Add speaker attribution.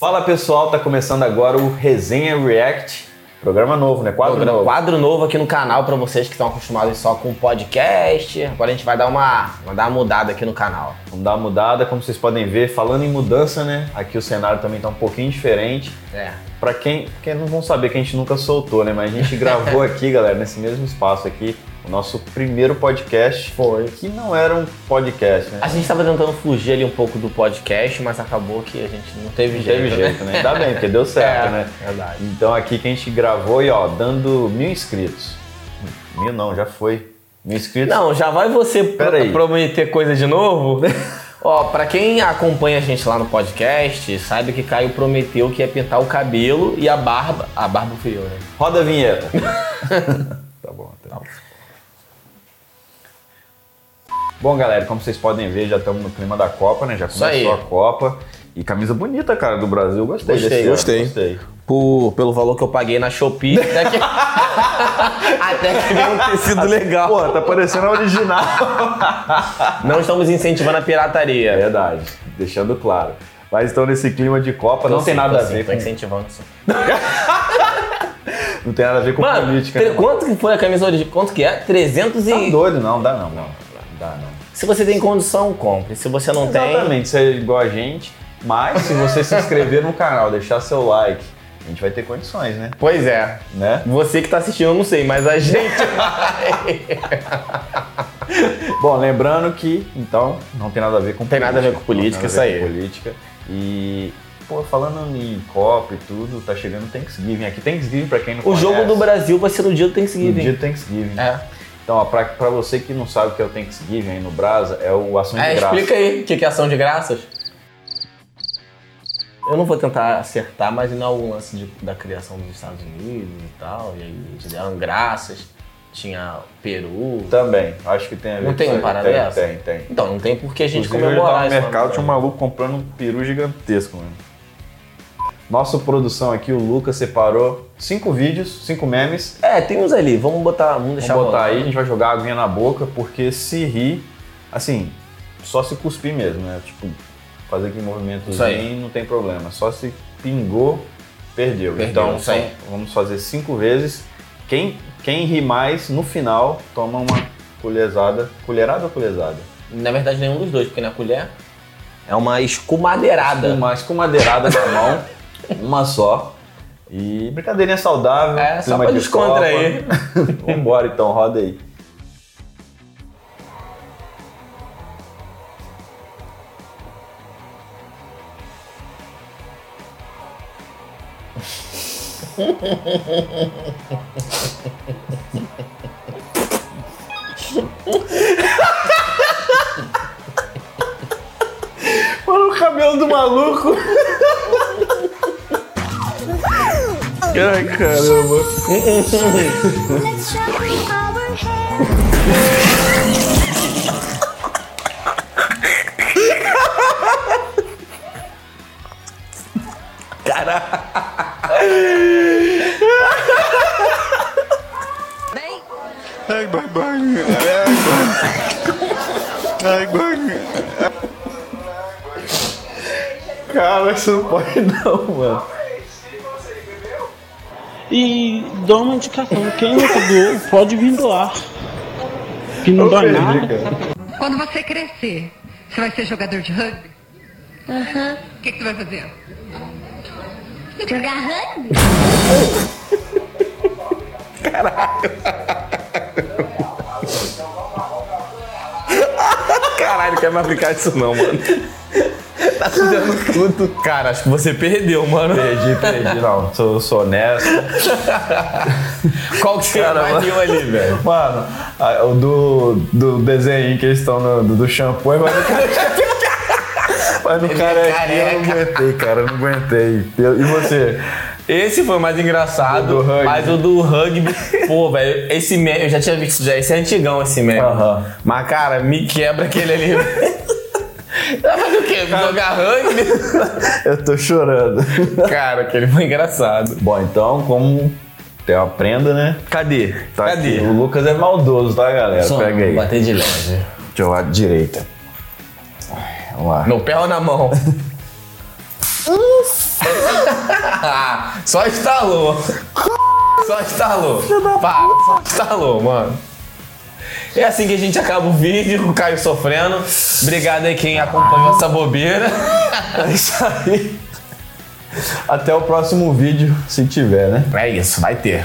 Speaker 1: Fala pessoal, tá começando agora o Resenha React. Programa novo, né? Quadro
Speaker 2: Programa-
Speaker 1: novo.
Speaker 2: Quadro novo aqui no canal pra vocês que estão acostumados só com podcast. Agora a gente vai dar uma, vai dar uma mudada aqui no canal.
Speaker 1: Vamos dar uma mudada, como vocês podem ver, falando em mudança, né? Aqui o cenário também tá um pouquinho diferente.
Speaker 2: É.
Speaker 1: Pra quem, quem não vão saber que a gente nunca soltou, né? Mas a gente gravou aqui, galera, nesse mesmo espaço aqui, o nosso primeiro podcast,
Speaker 2: Foi.
Speaker 1: que não era um podcast, né?
Speaker 2: A gente tava tentando fugir ali um pouco do podcast, mas acabou que a gente não teve
Speaker 1: Não
Speaker 2: jeito.
Speaker 1: teve
Speaker 2: né?
Speaker 1: jeito, né? Ainda bem, porque deu certo,
Speaker 2: É,
Speaker 1: né?
Speaker 2: Verdade.
Speaker 1: Então aqui que a gente gravou e ó, dando mil inscritos. Mil não, já foi. Mil inscritos.
Speaker 2: Não, já vai você
Speaker 1: Pera
Speaker 2: pro-
Speaker 1: aí.
Speaker 2: prometer coisa de novo? Ó, pra quem acompanha a gente lá no podcast, sabe que Caio prometeu que ia pintar o cabelo e a barba. A barba fui eu, né?
Speaker 1: Roda a vinheta. tá bom, tá bom. Bom, galera, como vocês podem ver, já estamos no clima da Copa, né? Já
Speaker 2: aí.
Speaker 1: começou a Copa. E camisa bonita, cara, do Brasil. Gostei,
Speaker 2: Gostei,
Speaker 1: desse ano,
Speaker 2: gostei.
Speaker 1: gostei.
Speaker 2: Por, pelo valor que eu paguei na Shopee. Até que, até que veio um tecido legal.
Speaker 1: Pô, tá parecendo a original.
Speaker 2: Não estamos incentivando a
Speaker 1: é
Speaker 2: pirataria.
Speaker 1: verdade, deixando claro. Mas então nesse clima de Copa, não tem
Speaker 2: Sim,
Speaker 1: nada a
Speaker 2: sim,
Speaker 1: ver
Speaker 2: Tô
Speaker 1: com,
Speaker 2: incentivando isso.
Speaker 1: não tem nada a ver com
Speaker 2: Mano,
Speaker 1: política.
Speaker 2: tre-
Speaker 1: não.
Speaker 2: quanto que foi a camisa original? Quanto que é? 300
Speaker 1: Tá
Speaker 2: e...
Speaker 1: doido, não, dá não, mano. Dá não.
Speaker 2: Se você tem condição, compre. Se você não tem...
Speaker 1: Exatamente, você é igual a gente, mas se você se inscrever no canal, deixar seu like, a gente vai ter condições, né?
Speaker 2: Pois é.
Speaker 1: Né?
Speaker 2: Você que tá assistindo, eu não sei, mas a gente vai.
Speaker 1: Bom, lembrando que, então, não tem nada a ver com
Speaker 2: Tem nada a ver com política,
Speaker 1: não tem nada a
Speaker 2: isso
Speaker 1: ver
Speaker 2: aí.
Speaker 1: com política. E, pô, falando em Copa e tudo, tá chegando o Thanksgiving aqui. Thanksgiving, pra quem não
Speaker 2: O
Speaker 1: conhece,
Speaker 2: jogo do Brasil vai ser no dia do
Speaker 1: no dia
Speaker 2: Thanksgiving.
Speaker 1: do Thanksgiving.
Speaker 2: É.
Speaker 1: Então, ó, pra, pra você que não sabe o que é o Thanksgiving aí no Brasa, é o Ação de
Speaker 2: É,
Speaker 1: Graça.
Speaker 2: explica aí o que que é ação de graças. Eu não vou tentar acertar, mas não é o lance de- da criação dos Estados Unidos e tal. E aí eles deram graças, tinha Peru.
Speaker 1: Também, acho que tem a ver
Speaker 2: Não
Speaker 1: com
Speaker 2: tem
Speaker 1: isso aí.
Speaker 2: uma parada
Speaker 1: tem,
Speaker 2: dessa?
Speaker 1: Tem, tem.
Speaker 2: Então, não tem por que a gente
Speaker 1: Inclusive, eu
Speaker 2: comemorar
Speaker 1: tava no
Speaker 2: isso.
Speaker 1: mercado,
Speaker 2: né?
Speaker 1: tinha um maluco comprando um peru gigantesco, mano. Nossa produção aqui, o Lucas, separou cinco vídeos, cinco memes.
Speaker 2: É, tem uns ali, vamos botar, vamos deixar
Speaker 1: Vamos botar
Speaker 2: rolando.
Speaker 1: aí, a gente vai jogar aguinha na boca, porque se rir, assim, só se cuspir mesmo, né? Tipo, fazer aquele movimento
Speaker 2: Isso aí.
Speaker 1: não tem problema. Só se pingou, perdeu.
Speaker 2: Perdeu,
Speaker 1: então,
Speaker 2: isso aí.
Speaker 1: são- vamos fazer cinco vezes. Quem, quem rir mais, no final, toma uma colherzada. Colherada ou colherzada?
Speaker 2: Na verdade, nenhum dos dois, porque na colher é uma escumadeirada.
Speaker 1: Com mais com madeirada na mão, uma só. E brincadeirinha saudável.
Speaker 2: É, só
Speaker 1: clima
Speaker 2: pra
Speaker 1: de
Speaker 2: descontrair.
Speaker 1: Copa. Vambora então, roda aí. Olha o cabelo do maluco. Ai, caramba.
Speaker 3: Let's shuffle our hair.
Speaker 4: Ai, bang. Ai, bang.
Speaker 1: Cara, isso não pode não, mano.
Speaker 5: E tá dou uma indicação, quem não doou, pode vir doar. Que não
Speaker 1: Eu
Speaker 5: dói
Speaker 2: Ah,
Speaker 1: perdi,
Speaker 5: nada.
Speaker 1: cara.
Speaker 6: Quando você crescer, você vai ser jogador de rugby? Aham. O que, que você vai fazer?
Speaker 3: Jogar rugby?
Speaker 2: Caralho, não quero mais aplicar isso não, mano. tá fudendo tudo. Cara, acho que você perdeu, mano.
Speaker 1: Perdi, perdi. Não, sou, sou honesto.
Speaker 2: Qual que você
Speaker 1: Cara,
Speaker 2: mais viu ali, velho?
Speaker 1: Mano, a- o do, do desenho em questão no- do, do shampoo, mas no cara. Mas no
Speaker 2: é
Speaker 1: cara é eu não aguentei, cara, eu não aguentei. E você?
Speaker 2: Esse foi o mais engraçado,
Speaker 1: O do rugby.
Speaker 2: mas o do rugby, pô, velho, esse meme, eu já tinha visto já, esse é antigão esse meme.
Speaker 1: Aham.
Speaker 2: Mas, cara, me quebra aquele ali. Vai fazer o quê? Jogar rugby?
Speaker 1: Eu tô chorando.
Speaker 2: cara, aquele foi engraçado.
Speaker 1: Bom, então, como tem uma prenda, né? Cadê? Tá
Speaker 2: Cadê?
Speaker 1: aqui. O Lucas é maldoso, tá, galera? Pega aí.
Speaker 2: Bater de né? longe.
Speaker 1: Deixa eu lá, direita. Vamos lá.
Speaker 2: No pé ou na mão? Só instalou. Só instalou. Pá, só instalou, mano. É assim que a gente acaba o vídeo, o Caio sofrendo. Obrigado aí quem acompanhou essa bobeira.
Speaker 1: É isso aí. Até o próximo vídeo, se tiver, né?
Speaker 2: É isso, vai ter.